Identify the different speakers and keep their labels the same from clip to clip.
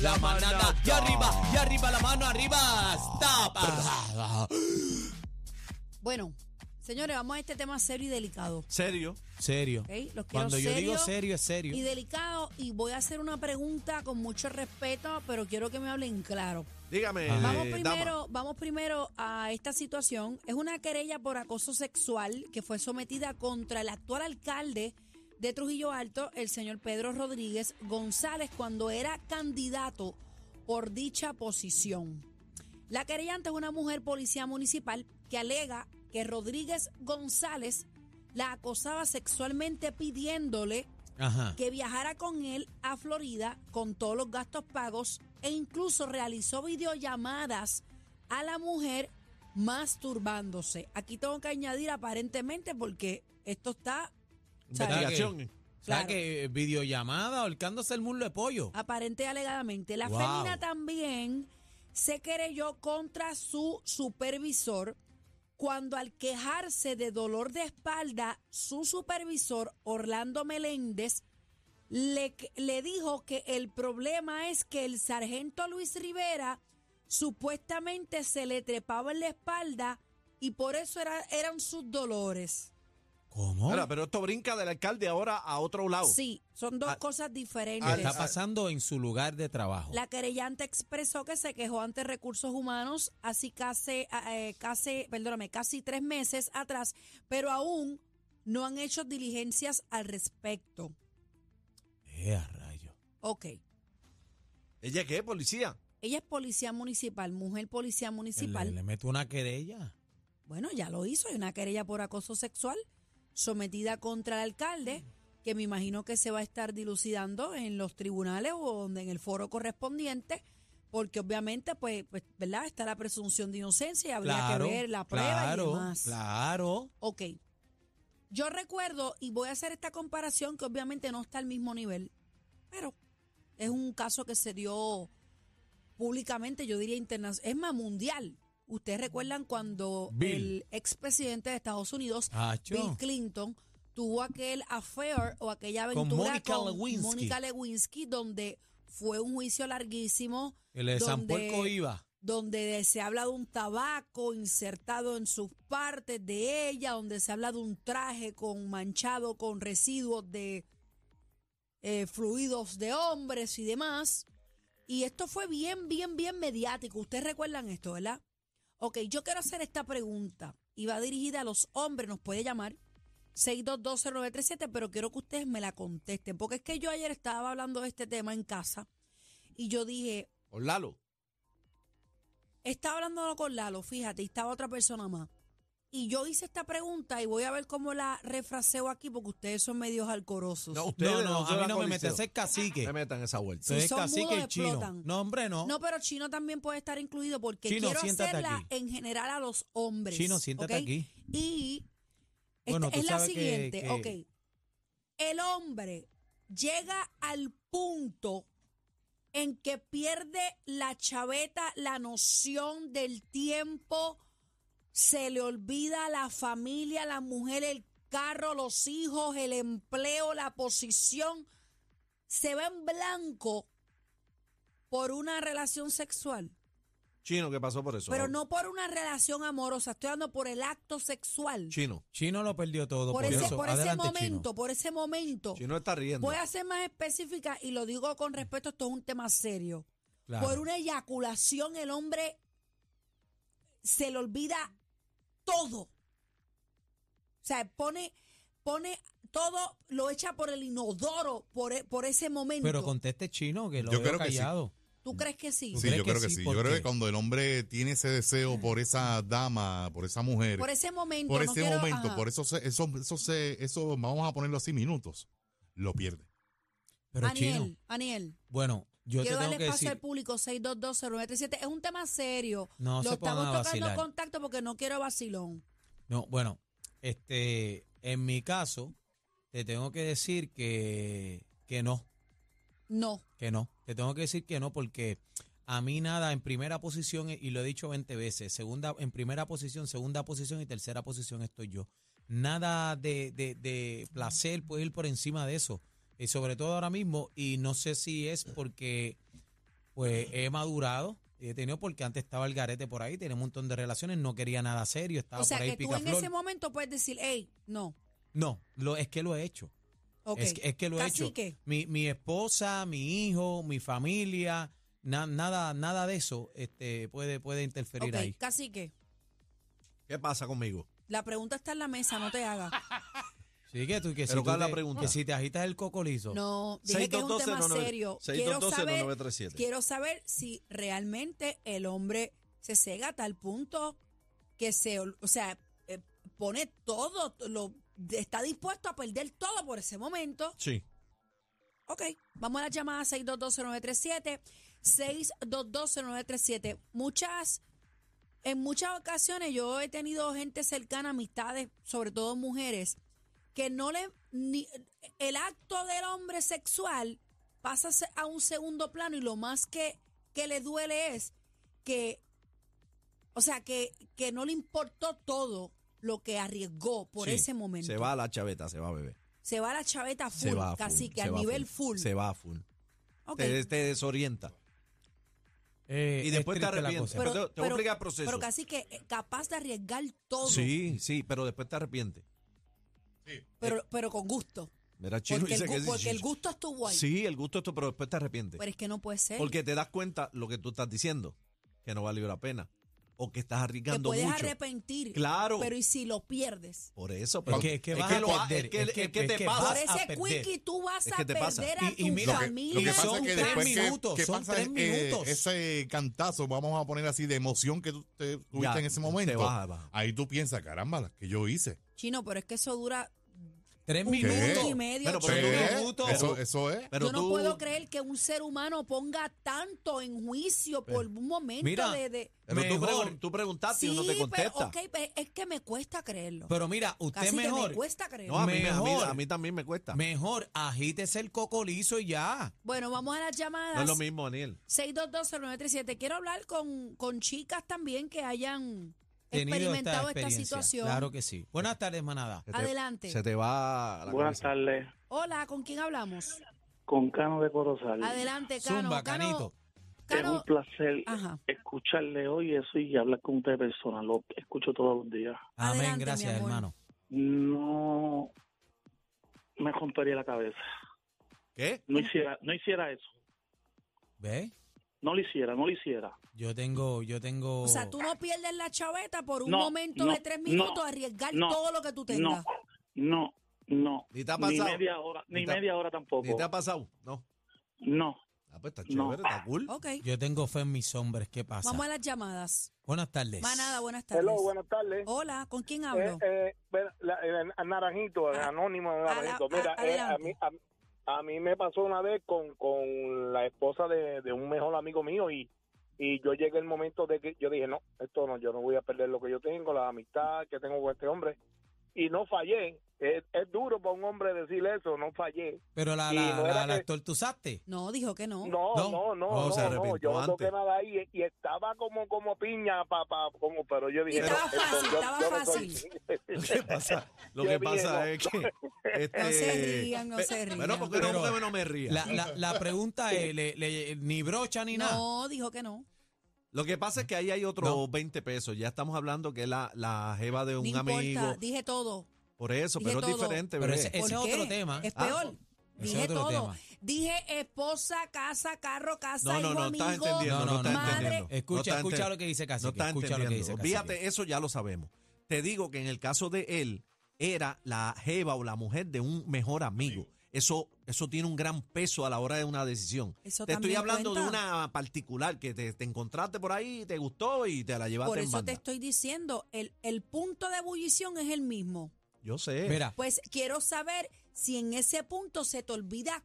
Speaker 1: La manada. Y arriba, y arriba la mano, arriba. Stop.
Speaker 2: Bueno, señores, vamos a este tema serio y delicado.
Speaker 3: Serio, serio.
Speaker 2: ¿ok? Los quiero
Speaker 3: Cuando yo digo serio, es
Speaker 2: Y
Speaker 3: serio.
Speaker 2: delicado, y voy a hacer una pregunta con mucho respeto, pero quiero que me hablen claro.
Speaker 4: Dígame,
Speaker 2: Vamos
Speaker 4: eh, dama.
Speaker 2: primero, vamos primero a esta situación. Es una querella por acoso sexual que fue sometida contra el actual alcalde de Trujillo Alto, el señor Pedro Rodríguez González, cuando era candidato por dicha posición. La querellante es una mujer policía municipal que alega que Rodríguez González la acosaba sexualmente pidiéndole
Speaker 3: Ajá.
Speaker 2: que viajara con él a Florida con todos los gastos pagos e incluso realizó videollamadas a la mujer masturbándose. Aquí tengo que añadir aparentemente porque esto está o sea,
Speaker 4: Investigación.
Speaker 3: O sea
Speaker 2: Claro. Ah.
Speaker 3: que eh, videollamada, ahorcándose el muslo de pollo.
Speaker 2: aparente y alegadamente. La
Speaker 3: Wow.
Speaker 2: femina también se querelló contra su supervisor cuando al quejarse de dolor de espalda, su supervisor, Orlando Meléndez, le, le dijo que el problema es que el sargento Luis Rivera supuestamente se le trepaba en la espalda y por eso era- eran sus dolores.
Speaker 3: ¿Cómo?
Speaker 4: Ahora, pero esto brinca del alcalde ahora a otro lado.
Speaker 2: Sí, son dos
Speaker 4: Ah,
Speaker 2: cosas diferentes.
Speaker 4: ah,
Speaker 3: Está pasando en su lugar de trabajo.
Speaker 2: La querellante expresó que se quejó ante recursos humanos así casi, eh, casi, perdóname, casi tres meses atrás, pero aún no han hecho diligencias al respecto.
Speaker 3: Eh, a rayo.
Speaker 2: Ok.
Speaker 4: ¿Ella qué? ¿Policía?
Speaker 2: Ella es policía municipal, mujer policía
Speaker 3: Le,
Speaker 2: municipal.
Speaker 3: le meto una querella.
Speaker 2: Bueno, ya lo hizo, hay una querella por acoso sexual sometida contra el alcalde, que me imagino que se va a estar dilucidando en los tribunales o donde en el foro correspondiente, porque obviamente, pues, pues, ¿verdad? Está la presunción de inocencia y habría
Speaker 3: claro.
Speaker 2: que ver la prueba
Speaker 3: claro,
Speaker 2: y demás.
Speaker 3: claro.
Speaker 2: Ok. Yo recuerdo, y voy a hacer esta comparación que obviamente no está al mismo nivel, pero es un caso que se dio públicamente, yo diría internacional, es más mundial. Ustedes recuerdan cuando
Speaker 3: Bill.
Speaker 2: el expresidente de Estados Unidos,
Speaker 3: Acho.
Speaker 2: Bill Clinton, tuvo aquel affair o aquella
Speaker 3: Con
Speaker 2: aventura
Speaker 3: Mónica
Speaker 2: con
Speaker 3: Lewinsky.
Speaker 2: Mónica Lewinsky, donde fue un juicio larguísimo,
Speaker 3: El de San
Speaker 2: donde-
Speaker 3: Puerco iba.
Speaker 2: donde se habla de un tabaco insertado en sus partes de ella, donde se habla de un traje con manchado con residuos de eh, fluidos de hombres y demás. Y esto fue bien, bien, bien mediático. Ustedes recuerdan esto, ¿verdad? Ok, yo quiero hacer esta pregunta y va dirigida a los hombres, nos puede llamar 6220937, pero quiero que ustedes me la contesten, porque es que yo ayer estaba hablando de este tema en casa y yo dije,
Speaker 4: ¿Con Lalo?
Speaker 2: estaba hablando con Lalo, fíjate, y estaba otra persona más. Y yo hice esta pregunta y voy a ver cómo la refraseo aquí porque ustedes son medios alcorosos.
Speaker 4: No, ustedes
Speaker 3: No,
Speaker 4: no
Speaker 3: no,
Speaker 4: se
Speaker 3: a mí
Speaker 4: van
Speaker 3: no me
Speaker 4: al
Speaker 3: metes,
Speaker 4: coliseo.
Speaker 3: ese es cacique.
Speaker 4: Me metan esa vuelta.
Speaker 3: Ese es
Speaker 2: son
Speaker 3: cacique
Speaker 2: mudos,
Speaker 3: y chino.
Speaker 2: explotan.
Speaker 3: No, hombre, no.
Speaker 2: No, pero Chino también puede estar incluido porque
Speaker 3: Chino,
Speaker 2: quiero
Speaker 3: siéntate
Speaker 2: hacerla
Speaker 3: aquí.
Speaker 2: en general a los hombres.
Speaker 3: Chino, siéntate
Speaker 2: ¿ok?
Speaker 3: aquí.
Speaker 2: Y esta
Speaker 3: Bueno, tú
Speaker 2: es la
Speaker 3: sabes que-
Speaker 2: siguiente,
Speaker 3: que-
Speaker 2: ok. El hombre llega al punto en que pierde la chaveta, la noción del tiempo, se le olvida la familia, la mujer, el carro, los hijos, el empleo, la posición, se va en blanco por una relación sexual.
Speaker 4: Chino, ¿qué pasó por eso?
Speaker 2: Pero no por una relación amorosa, estoy hablando por el acto sexual.
Speaker 4: Chino.
Speaker 3: Chino lo perdió todo.
Speaker 2: por,
Speaker 3: Por,
Speaker 2: ese,
Speaker 3: eso.
Speaker 2: por ese
Speaker 3: Adelante,
Speaker 2: momento,
Speaker 3: Chino.
Speaker 2: por ese momento.
Speaker 4: Chino está riendo.
Speaker 2: Voy a ser más específica y lo digo con respeto, esto es un tema serio.
Speaker 3: Claro.
Speaker 2: Por una eyaculación el hombre se le olvida todo. O sea, pone, pone todo, lo echa por el inodoro, por, e- por ese momento.
Speaker 3: Pero conteste chino, que lo
Speaker 5: Yo
Speaker 3: veo
Speaker 5: creo que sí.
Speaker 3: callado.
Speaker 2: ¿Tú crees que sí?
Speaker 3: ¿Tú
Speaker 5: Sí,
Speaker 3: crees
Speaker 5: yo
Speaker 3: que
Speaker 5: creo que
Speaker 3: sí?
Speaker 5: sí.
Speaker 3: ¿Por
Speaker 5: Yo creo
Speaker 3: qué?
Speaker 5: que cuando el hombre tiene ese deseo por esa dama, por esa mujer,
Speaker 2: Por ese momento.
Speaker 5: por
Speaker 2: no
Speaker 5: ese
Speaker 2: quiero-
Speaker 5: momento,
Speaker 2: ajá.
Speaker 3: e-
Speaker 5: por esos, esos, esos, esos, vamos a ponerlo así, minutos, lo pierde.
Speaker 3: Pero
Speaker 2: Aniel,
Speaker 3: chino.
Speaker 2: Aniel,
Speaker 3: Bueno, yo
Speaker 2: quiero
Speaker 3: te tengo
Speaker 2: darle
Speaker 3: que
Speaker 2: espacio
Speaker 3: decir.
Speaker 2: al público 6220937. Es un tema serio.
Speaker 3: No
Speaker 2: lo
Speaker 3: se
Speaker 2: estamos
Speaker 3: pongan a
Speaker 2: tocando
Speaker 3: vacilar.
Speaker 2: contacto porque no quiero vacilón.
Speaker 3: No, bueno, este, en mi caso, te tengo que decir que, que no,
Speaker 2: No.
Speaker 3: que no. Te tengo que decir que no porque a mí nada en primera posición, y lo he dicho 20 veces, segunda, en primera posición, segunda posición y tercera posición estoy yo. Nada de, de, de placer puede ir por encima de eso. Y sobre todo ahora mismo, y no sé si es porque pues he madurado, he tenido porque antes estaba el garete por ahí, tenía un montón de relaciones, no quería nada serio, estaba
Speaker 2: o sea,
Speaker 3: por ahí
Speaker 2: que tú en
Speaker 3: picaflor.
Speaker 2: ese momento puedes decir, hey, no.
Speaker 3: No, lo, es que lo he hecho.
Speaker 2: Ok.
Speaker 3: Es, que- es que lo he hecho.
Speaker 2: Cacique.
Speaker 3: Mi, mi esposa, mi hijo, mi familia, na- nada, nada de eso este, puede, puede interferir
Speaker 2: Ok,
Speaker 3: ahí.
Speaker 2: cacique.
Speaker 4: ¿Qué pasa conmigo?
Speaker 2: La pregunta está en la mesa, no te hagas.
Speaker 3: Sí, que tú, que, si,
Speaker 4: Pero
Speaker 3: tú
Speaker 4: ¿cuál es la
Speaker 3: te-
Speaker 4: pregunta?
Speaker 3: que si te agitas el cocolizo.
Speaker 2: No, dije que es un tema serio. Quiero saber,
Speaker 4: 6220937.
Speaker 2: quiero saber si realmente el hombre se cega a tal punto que se, ol- o sea, eh, pone todo, t- lo, está dispuesto a perder todo por ese momento.
Speaker 4: Sí.
Speaker 2: Ok, vamos a la llamada 6220937. 6220937. Muchas, en muchas ocasiones yo he tenido gente cercana, amistades, sobre todo mujeres, que no le, ni- el acto del hombre sexual pasa a se- a un segundo plano y lo más que, que le duele es que, o sea, que, que no le importó todo lo que arriesgó por
Speaker 4: Sí.
Speaker 2: ese momento.
Speaker 4: Se va a la chaveta, se va, bebé.
Speaker 2: Se va la chaveta full,
Speaker 4: Se va a full.
Speaker 2: casi que
Speaker 4: se
Speaker 2: al
Speaker 4: va a
Speaker 2: nivel full.
Speaker 4: Se va a full.
Speaker 2: Ok.
Speaker 4: Te, te desorienta.
Speaker 3: Eh,
Speaker 4: Y
Speaker 3: es
Speaker 4: después te
Speaker 3: triste la
Speaker 4: arrepientes.
Speaker 3: cosa.
Speaker 4: Pero, te, te voy a explicar el proceso.
Speaker 2: Pero casi que eh, capaz de arriesgar todo,
Speaker 4: Sí, sí, pero después te arrepientes.
Speaker 2: pero, pero con gusto.
Speaker 4: Mira, Chino
Speaker 2: Porque, el,
Speaker 4: dice
Speaker 2: gu-
Speaker 4: que sí,
Speaker 2: porque el
Speaker 4: Chino.
Speaker 2: gusto estuvo ahí. Pues, ¿eh?
Speaker 4: Sí, el gusto es tu, pero después te arrepientes.
Speaker 2: Pero es que no puede ser.
Speaker 4: Porque te das cuenta lo que tú estás diciendo, que no valió la pena. O que estás
Speaker 2: te
Speaker 4: arriesgando
Speaker 2: puedes
Speaker 4: mucho.
Speaker 2: arrepentir.
Speaker 4: Claro.
Speaker 2: Pero ¿y si lo pierdes?
Speaker 4: Por eso, pero
Speaker 3: Es que- es que vas a
Speaker 4: lo ha-
Speaker 3: perder,
Speaker 4: es que,
Speaker 3: es que-
Speaker 4: es que te
Speaker 3: es que
Speaker 4: pasa.
Speaker 2: Por
Speaker 3: vas a
Speaker 2: ese
Speaker 3: perder.
Speaker 2: quickie tú vas
Speaker 4: Es
Speaker 2: a
Speaker 4: que te pasa.
Speaker 2: perder a
Speaker 3: Y- y
Speaker 2: tu
Speaker 3: mira,
Speaker 5: Lo que, lo que
Speaker 2: familia.
Speaker 5: pasa es
Speaker 3: Son
Speaker 5: que
Speaker 3: tres
Speaker 5: después que-
Speaker 3: minutos,
Speaker 5: que,
Speaker 3: son
Speaker 5: pasa
Speaker 3: tres
Speaker 5: eh,
Speaker 3: minutos.
Speaker 5: ese cantazo, vamos a poner así, de emoción que tú te tuviste
Speaker 4: Ya,
Speaker 5: en ese
Speaker 4: te
Speaker 5: momento,
Speaker 4: baja, baja.
Speaker 5: ahí tú piensas, caramba, que yo hice.
Speaker 2: Chino, pero es que eso dura
Speaker 3: Tres
Speaker 2: un minuto y
Speaker 3: minutos.
Speaker 2: medio.
Speaker 4: Pero,
Speaker 2: chino.
Speaker 4: pero
Speaker 5: Sí,
Speaker 3: tú- minutos.
Speaker 5: eso, eso es.
Speaker 4: Pero
Speaker 2: Yo no
Speaker 4: tú-
Speaker 2: puedo creer que un ser humano ponga tanto en
Speaker 4: Eh,
Speaker 2: juicio por un momento
Speaker 3: Mira,
Speaker 2: de... de-
Speaker 4: Pero tú,
Speaker 3: Mejor.
Speaker 4: pregun- tú preguntaste y no te
Speaker 2: Sí, pero,
Speaker 4: contesta.
Speaker 2: ok, pero es que me cuesta creerlo.
Speaker 3: Pero mira, usted
Speaker 2: Casi que
Speaker 3: mejor,
Speaker 2: me cuesta creerlo.
Speaker 4: No, a mí, me- a, mí,
Speaker 3: Mejor.
Speaker 4: a mí también me cuesta.
Speaker 3: mejor agítese el cocolizo y ya.
Speaker 2: Bueno, vamos a las llamadas.
Speaker 4: No es lo mismo, Daniel.
Speaker 2: 6220937. Quiero hablar con, con chicas también que hayan
Speaker 3: Tenido
Speaker 2: experimentado esta,
Speaker 3: experiencia.
Speaker 2: situación.
Speaker 3: Claro que sí. Buenas tardes, manada.
Speaker 4: Se te-
Speaker 2: Adelante.
Speaker 4: Se te va la
Speaker 6: Buenas
Speaker 4: cabeza.
Speaker 6: tardes,
Speaker 2: Hola, ¿con quién hablamos?
Speaker 6: con Cano de Corozal.
Speaker 2: Adelante, Cano.
Speaker 3: Zumba,
Speaker 2: Cano,
Speaker 3: canito.
Speaker 6: es
Speaker 2: Cano,
Speaker 6: un placer
Speaker 2: Ajá.
Speaker 6: escucharle hoy eso y hablar con usted personal. Lo escucho todos los días.
Speaker 3: Amén,
Speaker 2: Adelante,
Speaker 3: gracias,
Speaker 2: mi amor.
Speaker 3: hermano.
Speaker 6: No me juntaría la cabeza.
Speaker 4: ¿Qué?
Speaker 6: No hiciera, no hiciera eso.
Speaker 3: ¿Ves?
Speaker 6: No lo hiciera, no lo hiciera.
Speaker 3: Yo tengo, yo tengo.
Speaker 2: o sea, tú no pierdes la chaveta por un
Speaker 6: No,
Speaker 2: momento
Speaker 6: no,
Speaker 2: de tres
Speaker 6: no,
Speaker 2: minutos a arriesgar
Speaker 6: no,
Speaker 2: todo lo que tú
Speaker 6: No,
Speaker 2: tengas.
Speaker 6: no, no.
Speaker 4: ¿Ni te ha
Speaker 6: Ni
Speaker 4: pasado?
Speaker 6: media hora, ni
Speaker 4: Ni te ha-
Speaker 6: media hora
Speaker 4: ¿Y
Speaker 6: tampoco.
Speaker 4: te ha pasado? No.
Speaker 6: No.
Speaker 4: Ah, pues está
Speaker 6: No.
Speaker 4: chévere, está cool.
Speaker 2: Ok,
Speaker 3: Yo tengo fe en mis hombres. ¿Qué pasa?
Speaker 2: vamos a las llamadas.
Speaker 3: Buenas tardes.
Speaker 2: Manada, buenas tardes.
Speaker 7: Hello, buenas tardes.
Speaker 2: Hola, ¿con quién hablo?
Speaker 7: Eh, eh, ver- la- el an- naranjito, el
Speaker 2: Ah,
Speaker 7: anónimo de
Speaker 2: ala-
Speaker 7: Naranjito.
Speaker 2: a-
Speaker 7: Mira, eh, a,
Speaker 2: adelante.
Speaker 7: mí, a, a mí me pasó una vez con, con la esposa de, de un mejor amigo mío y, y yo llegué el momento de que yo dije, no, esto no, yo no voy a perder lo que yo tengo, la amistad que tengo con este hombre. Y no fallé. Es, es duro para un hombre decir eso, no fallé.
Speaker 3: Pero la,
Speaker 7: Y
Speaker 3: la,
Speaker 7: no era
Speaker 3: la, la
Speaker 7: que-
Speaker 3: actualizaste.
Speaker 2: No, dijo que no.
Speaker 7: No,
Speaker 3: No, Oh,
Speaker 7: no, no, no,
Speaker 4: no, se
Speaker 7: no,
Speaker 4: arrepintió
Speaker 7: yo no toqué
Speaker 4: antes.
Speaker 7: nada ahí y, y estaba como como piña, pa, pa, como, pero yo
Speaker 2: Y
Speaker 7: dije,
Speaker 2: estaba
Speaker 7: no, esto
Speaker 2: fácil,
Speaker 7: yo-
Speaker 2: estaba
Speaker 7: yo no soy-
Speaker 2: fácil.
Speaker 4: Lo que pasa, lo
Speaker 7: Yo
Speaker 4: que
Speaker 7: dije,
Speaker 4: pasa
Speaker 7: no.
Speaker 4: es que. Este,
Speaker 2: No se rían, no se rían.
Speaker 4: Bueno, porque no,
Speaker 3: Pero-
Speaker 4: porque no me ría.
Speaker 3: La, la, la pregunta es, le- le- ni brocha ni nada.
Speaker 2: No, dijo que no.
Speaker 4: Lo que pasa es que ahí hay otros
Speaker 3: No.
Speaker 4: 20 pesos. Ya estamos hablando que es la, la jeva de
Speaker 2: No
Speaker 4: un
Speaker 2: importa,
Speaker 4: amigo.
Speaker 2: dije todo.
Speaker 4: Por eso,
Speaker 2: Dije
Speaker 4: pero es
Speaker 2: todo.
Speaker 4: diferente,
Speaker 3: Pero
Speaker 4: bebé.
Speaker 3: ese-
Speaker 2: ¿Por
Speaker 3: es
Speaker 2: qué?
Speaker 3: otro tema.
Speaker 2: Es
Speaker 4: Ah,
Speaker 2: peor.
Speaker 3: ese es
Speaker 2: Dije
Speaker 3: otro
Speaker 2: todo.
Speaker 3: tema.
Speaker 2: Dije esposa, casa, carro, casa,
Speaker 4: No,
Speaker 2: hijo,
Speaker 4: no, no
Speaker 2: amigo,
Speaker 4: estás entendiendo, no estás
Speaker 2: madre.
Speaker 4: entendiendo.
Speaker 3: Escucha,
Speaker 4: No está
Speaker 3: escucha
Speaker 4: enten-
Speaker 3: lo que dice Cacique.
Speaker 4: No está
Speaker 3: escucha lo que dice
Speaker 4: entendiendo.
Speaker 3: Cacique.
Speaker 4: Fíjate, eso ya lo sabemos. Te digo que en el caso de él, era la jeva o la mujer de un mejor amigo. Eso, eso tiene un gran peso a la hora de una decisión.
Speaker 2: Eso
Speaker 4: te estoy
Speaker 2: también
Speaker 4: hablando de
Speaker 2: cuenta.
Speaker 4: una particular que te, te encontraste por ahí, te gustó y te la llevaste
Speaker 2: Por
Speaker 4: en
Speaker 2: eso te
Speaker 4: banda.
Speaker 2: estoy diciendo, el, el punto de ebullición es el mismo.
Speaker 4: Yo
Speaker 7: eh.
Speaker 4: sé.
Speaker 3: Mira,
Speaker 2: Pues quiero saber si en ese punto se te olvida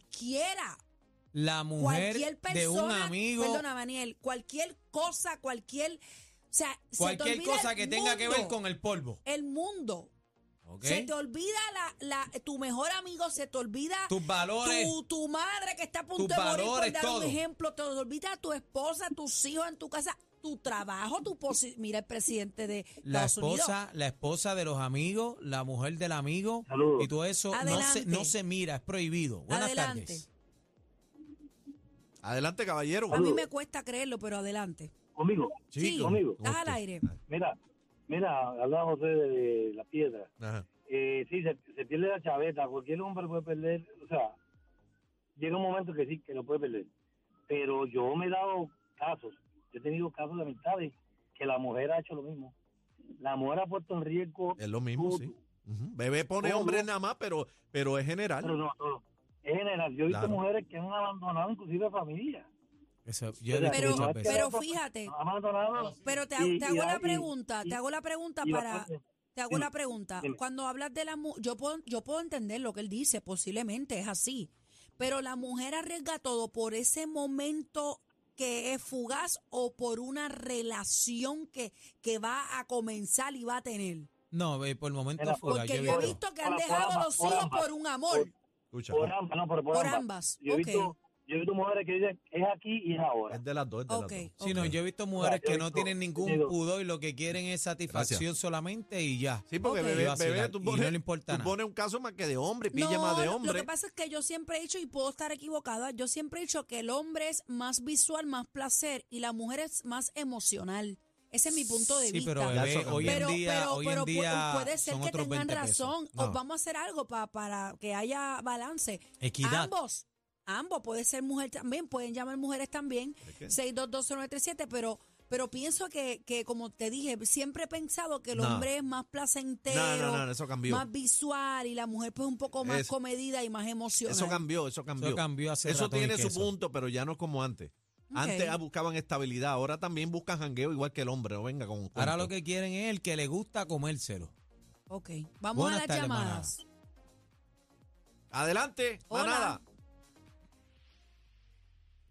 Speaker 2: cualquiera,
Speaker 3: la mujer
Speaker 2: cualquier persona,
Speaker 3: de un amigo,
Speaker 2: perdona, Daniel, cualquier cosa, cualquier, o sea, se te
Speaker 3: cualquier
Speaker 2: olvida
Speaker 3: cosa
Speaker 2: el
Speaker 3: que tenga que ver
Speaker 2: mundo,
Speaker 3: con el polvo.
Speaker 2: el mundo.
Speaker 3: ¿ok?
Speaker 2: Se te olvida la, la, tu mejor amigo, se te olvida
Speaker 3: Tus valores.
Speaker 2: tu, tu madre que está a punto
Speaker 3: tus
Speaker 2: de morir, por
Speaker 3: valores,
Speaker 2: dar
Speaker 3: todo.
Speaker 2: un ejemplo, te olvida tu esposa, tus hijos en tu casa, tu trabajo, tu posición. Mira el presidente de
Speaker 3: la
Speaker 2: Estados Unidos.
Speaker 3: esposa, la esposa de los amigos, la mujer del amigo
Speaker 6: Saludos.
Speaker 3: y todo eso no
Speaker 2: Adelante.
Speaker 3: se, no se mira, es prohibido. Buenas
Speaker 2: Adelante.
Speaker 3: tardes.
Speaker 4: Adelante, caballero.
Speaker 3: uh.
Speaker 2: A mí me cuesta creerlo, pero adelante.
Speaker 6: Conmigo,
Speaker 2: Sí,
Speaker 6: conmigo.
Speaker 2: estás al aire.
Speaker 6: Mira, mira, hablaba José de la piedra.
Speaker 4: Ajá.
Speaker 6: Eh, sí, se, se pierde la chaveta. Cualquier hombre puede perder. O sea, llega un momento que sí, que lo puede perder. Pero yo me he dado casos. Yo he tenido casos de amistades que la mujer ha hecho lo mismo. La mujer ha puesto en riesgo.
Speaker 4: Es lo mismo,
Speaker 6: todo,
Speaker 4: sí. Ujú. Bebé pone
Speaker 6: Todo.
Speaker 4: hombres nada más, pero, pero es general.
Speaker 6: Pero no, todo. En general, yo he visto
Speaker 4: Claro.
Speaker 6: mujeres que han abandonado inclusive familia.
Speaker 3: Eso, yo he
Speaker 6: Pero-
Speaker 3: visto
Speaker 2: Pero,
Speaker 3: muchas veces.
Speaker 2: pero fíjate,
Speaker 6: Han abandonado.
Speaker 2: pero te,
Speaker 6: Y-
Speaker 2: te hago
Speaker 6: y-
Speaker 2: la
Speaker 6: y-
Speaker 2: pregunta,
Speaker 6: y-
Speaker 2: te hago la pregunta
Speaker 6: y
Speaker 2: Ah, para,
Speaker 6: bastante.
Speaker 2: te hago
Speaker 6: dime,
Speaker 2: la pregunta.
Speaker 6: dime.
Speaker 2: Cuando hablas de la mujer, yo puedo, yo puedo entender lo que él dice, posiblemente es así, pero la mujer arriesga todo por ese momento que es fugaz o por una relación que, que va a comenzar y va a tener.
Speaker 3: no, eh, por el momento
Speaker 6: Mira,
Speaker 3: fuga,
Speaker 2: Porque
Speaker 3: yo
Speaker 2: yo he
Speaker 3: he
Speaker 2: visto que
Speaker 6: Por
Speaker 2: han
Speaker 6: la- por
Speaker 2: dejado
Speaker 6: ambas,
Speaker 2: los
Speaker 6: por
Speaker 2: hijos
Speaker 6: ambas.
Speaker 2: por un amor,
Speaker 4: Escucha,
Speaker 6: Por ambas, no, pero por,
Speaker 2: por
Speaker 6: ambas.
Speaker 2: ambas.
Speaker 6: Yo he,
Speaker 2: Ok,
Speaker 6: visto, yo he visto mujeres que dicen, es aquí y es ahora.
Speaker 4: es de las dos, es de
Speaker 2: Ok.
Speaker 4: las dos.
Speaker 3: Sí, no, yo he visto mujeres
Speaker 6: Mira, yo
Speaker 3: que
Speaker 6: he
Speaker 3: no
Speaker 6: visto-
Speaker 3: tienen ningún
Speaker 6: digo-
Speaker 3: pudor y lo que quieren es satisfacción solamente y ya.
Speaker 4: Sí, porque
Speaker 2: Ok.
Speaker 4: bebé,
Speaker 3: Y vacilar,
Speaker 4: bebé, tú
Speaker 3: y
Speaker 4: pones,
Speaker 3: no le importa
Speaker 4: tú
Speaker 3: nada.
Speaker 4: pones un caso más que de hombre, pilla más de
Speaker 2: lo-
Speaker 4: hombre.
Speaker 2: Lo que pasa es que yo siempre he dicho, y puedo estar equivocada, yo siempre he dicho que el hombre es más visual, más placer, y la mujer es más emocional. Ese es mi punto de
Speaker 3: sí,
Speaker 2: vista.
Speaker 3: pero
Speaker 4: Ya
Speaker 3: bebé,
Speaker 4: eso
Speaker 3: hoy en
Speaker 2: pero,
Speaker 3: día,
Speaker 2: pero-
Speaker 3: hoy
Speaker 2: pero
Speaker 3: en
Speaker 2: pu-
Speaker 3: día
Speaker 2: puede ser
Speaker 3: son
Speaker 2: que
Speaker 3: otros
Speaker 2: tengan
Speaker 3: 20 pesos.
Speaker 2: razón.
Speaker 3: No,
Speaker 2: o vamos a hacer algo pa- para que haya balance.
Speaker 3: Equidad.
Speaker 2: Ambos, ambos, puede ser mujer también, pueden llamar mujeres también.
Speaker 4: ¿Es que?
Speaker 2: 6220937, pero pero pienso que, que, como te dije, siempre he pensado que el
Speaker 4: No.
Speaker 2: hombre es más placentero,
Speaker 4: No, no, no, eso cambió.
Speaker 2: más visual y la mujer pues un poco más
Speaker 4: Eso.
Speaker 2: comedida y más emocional.
Speaker 4: Eso cambió, eso cambió.
Speaker 3: Eso cambió hace
Speaker 4: Eso
Speaker 3: ratón y
Speaker 4: tiene su
Speaker 3: queso.
Speaker 4: punto, pero ya no es como antes.
Speaker 2: Ok.
Speaker 4: Antes ah, buscaban estabilidad, ahora también buscan jangueo igual que el hombre, no venga con un
Speaker 3: Ahora
Speaker 4: cuento.
Speaker 3: lo que quieren es el que le gusta comérselo.
Speaker 2: Ok, vamos
Speaker 3: Buenas
Speaker 2: a las
Speaker 3: tardes,
Speaker 2: llamadas.
Speaker 4: Adelante,
Speaker 2: Hola.
Speaker 4: manada.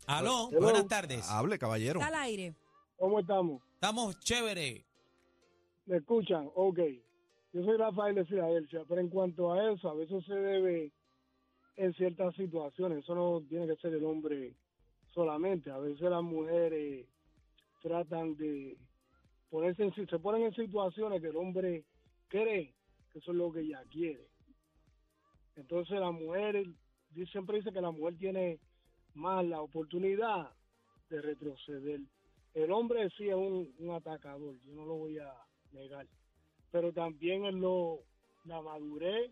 Speaker 3: Aló,
Speaker 7: Hello.
Speaker 3: buenas tardes.
Speaker 4: Hable, caballero.
Speaker 2: Está al aire.
Speaker 7: ¿Cómo estamos?
Speaker 3: Estamos chévere.
Speaker 7: ¿Me escuchan? Ok. Yo soy Rafael de Filadelfia, pero en cuanto a eso, a veces se debe en ciertas situaciones. Eso no tiene que ser el hombre solamente. A veces las mujeres tratan de ponerse en, si- se ponen en situaciones que el hombre cree que eso es lo que ella quiere. Entonces la mujer di- siempre dice que la mujer tiene más la oportunidad de retroceder. El hombre sí es un, un atacador, yo no lo voy a negar, pero también es lo la madurez,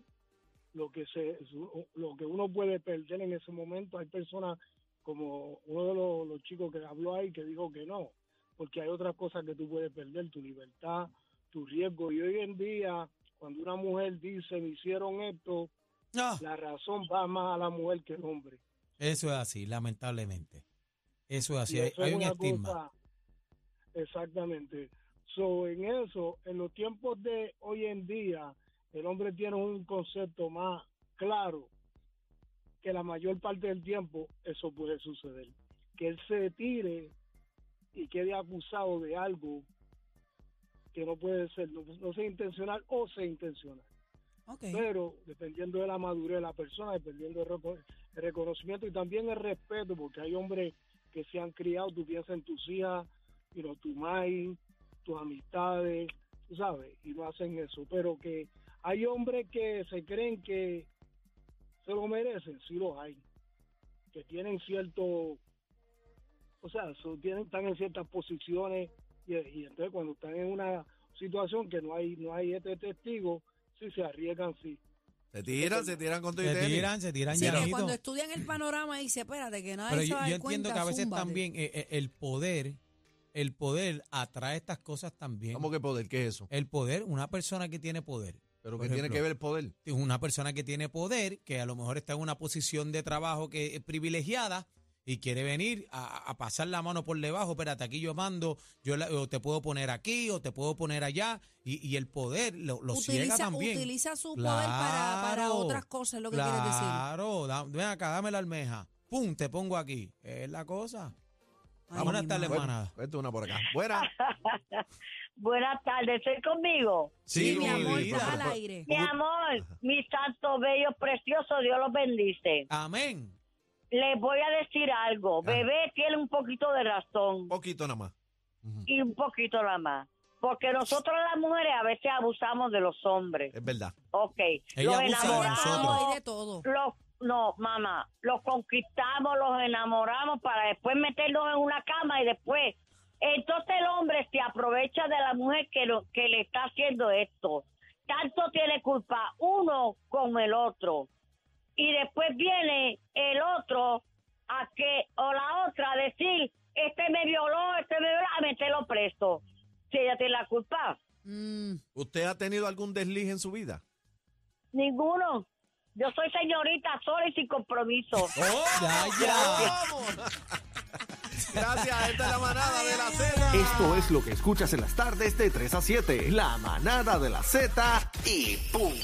Speaker 7: lo que se su- lo que uno puede perder en ese momento. Hay personas como uno de los, los chicos que habló ahí que dijo que no, porque hay otras cosas que tú puedes perder, tu libertad, tu riesgo. Y hoy en día, cuando una mujer dice, me hicieron esto,
Speaker 3: Ah,
Speaker 7: la razón va más a la mujer que al hombre.
Speaker 3: eso es así, lamentablemente. Eso es así.
Speaker 7: Y
Speaker 3: Hay,
Speaker 7: eso
Speaker 3: hay
Speaker 7: es
Speaker 3: un
Speaker 7: una
Speaker 3: estigma.
Speaker 7: cosa- exactamente. So, en eso, en los tiempos de hoy en día, el hombre tiene un concepto más claro que la mayor parte del tiempo eso puede suceder. Que él se tire y quede acusado de algo que no puede ser, no, no sea intencional o sea intencional.
Speaker 2: Ok.
Speaker 7: Pero dependiendo de la madurez de la persona, dependiendo del reco- el reconocimiento y también el respeto, porque hay hombres que se han criado, tú piensas en tus hijas, y no tu maíz, tus amistades, tú sabes, y no hacen eso. Pero que hay hombres que se creen que se lo merecen, sí los hay, que tienen cierto, o sea, so- tienen, están en ciertas posiciones y, y entonces cuando están en una situación que no hay no hay este testigo, sí se arriesgan, sí.
Speaker 4: Se tiran, se tiran con tu
Speaker 3: Se tiran, se tiran
Speaker 2: Sí, que
Speaker 3: llanito.
Speaker 2: cuando estudian el panorama dice, espérate, que nadie
Speaker 3: Pero
Speaker 2: se
Speaker 3: yo,
Speaker 2: va a
Speaker 3: yo
Speaker 2: dar
Speaker 3: entiendo
Speaker 2: cuenta,
Speaker 3: que a veces
Speaker 2: zúmbate".
Speaker 3: también eh, eh, el poder, el poder atrae estas cosas también.
Speaker 4: ¿Cómo que poder? ¿Qué es eso?
Speaker 3: El poder, una persona que tiene poder,
Speaker 4: ¿Pero
Speaker 3: Por
Speaker 4: qué tiene
Speaker 3: ejemplo,
Speaker 4: que ver el poder?
Speaker 3: es una persona que tiene poder, que a lo mejor está en una posición de trabajo que es privilegiada y quiere venir a, a pasar la mano por debajo, espérate, aquí yo mando, yo la- o te puedo poner aquí o te puedo poner allá, y, y el poder lo, lo ciega
Speaker 2: utiliza,
Speaker 3: también.
Speaker 2: utiliza su poder para, para
Speaker 3: Claro,
Speaker 2: otras cosas, es lo que
Speaker 3: claro,
Speaker 2: quieres decir.
Speaker 3: da- ven acá, dame la almeja, pum, te pongo aquí, es la cosa.
Speaker 2: Ay,
Speaker 3: Buenas
Speaker 2: mi
Speaker 3: tardes,
Speaker 2: madre.
Speaker 3: hermana. manada.
Speaker 4: Cuenta una por acá. Buena.
Speaker 7: Buenas tardes, ¿estoy conmigo?
Speaker 2: Sí,
Speaker 3: Sí,
Speaker 2: mi
Speaker 3: mi
Speaker 2: amor,
Speaker 3: vida.
Speaker 2: está al aire.
Speaker 7: Mi amor, mis santos bellos, preciosos, Dios los bendice.
Speaker 3: Amén.
Speaker 7: Les voy a decir algo. Bebé tiene un poquito de razón
Speaker 4: Poquito nada más. Ujú.
Speaker 7: y un poquito nada más. Porque nosotros las mujeres a veces abusamos de los hombres.
Speaker 4: Es verdad.
Speaker 7: Ok.
Speaker 3: Ella
Speaker 7: los
Speaker 3: abusa de
Speaker 7: enamoramos,
Speaker 3: nosotros.
Speaker 2: Hay de todo.
Speaker 7: los- no, mamá, los conquistamos, los enamoramos para después meternos en una cama y después. Entonces el hombre se aprovecha de la mujer que, lo- que le está haciendo esto. Tanto tiene culpa uno con el otro. Y después viene el otro a que, o la otra a decir, este me violó, este me violó, a meterlo preso. Si ella tiene la culpa.
Speaker 2: Mm,
Speaker 4: ¿Usted ha tenido algún desliz en su vida?
Speaker 7: Ninguno. Yo soy señorita sola y sin compromiso.
Speaker 3: Ya, ya.
Speaker 4: Gracias, esta es la manada de la Z.
Speaker 8: Esto es lo que escuchas en las tardes de 3 a 7. La manada de la Z y punto.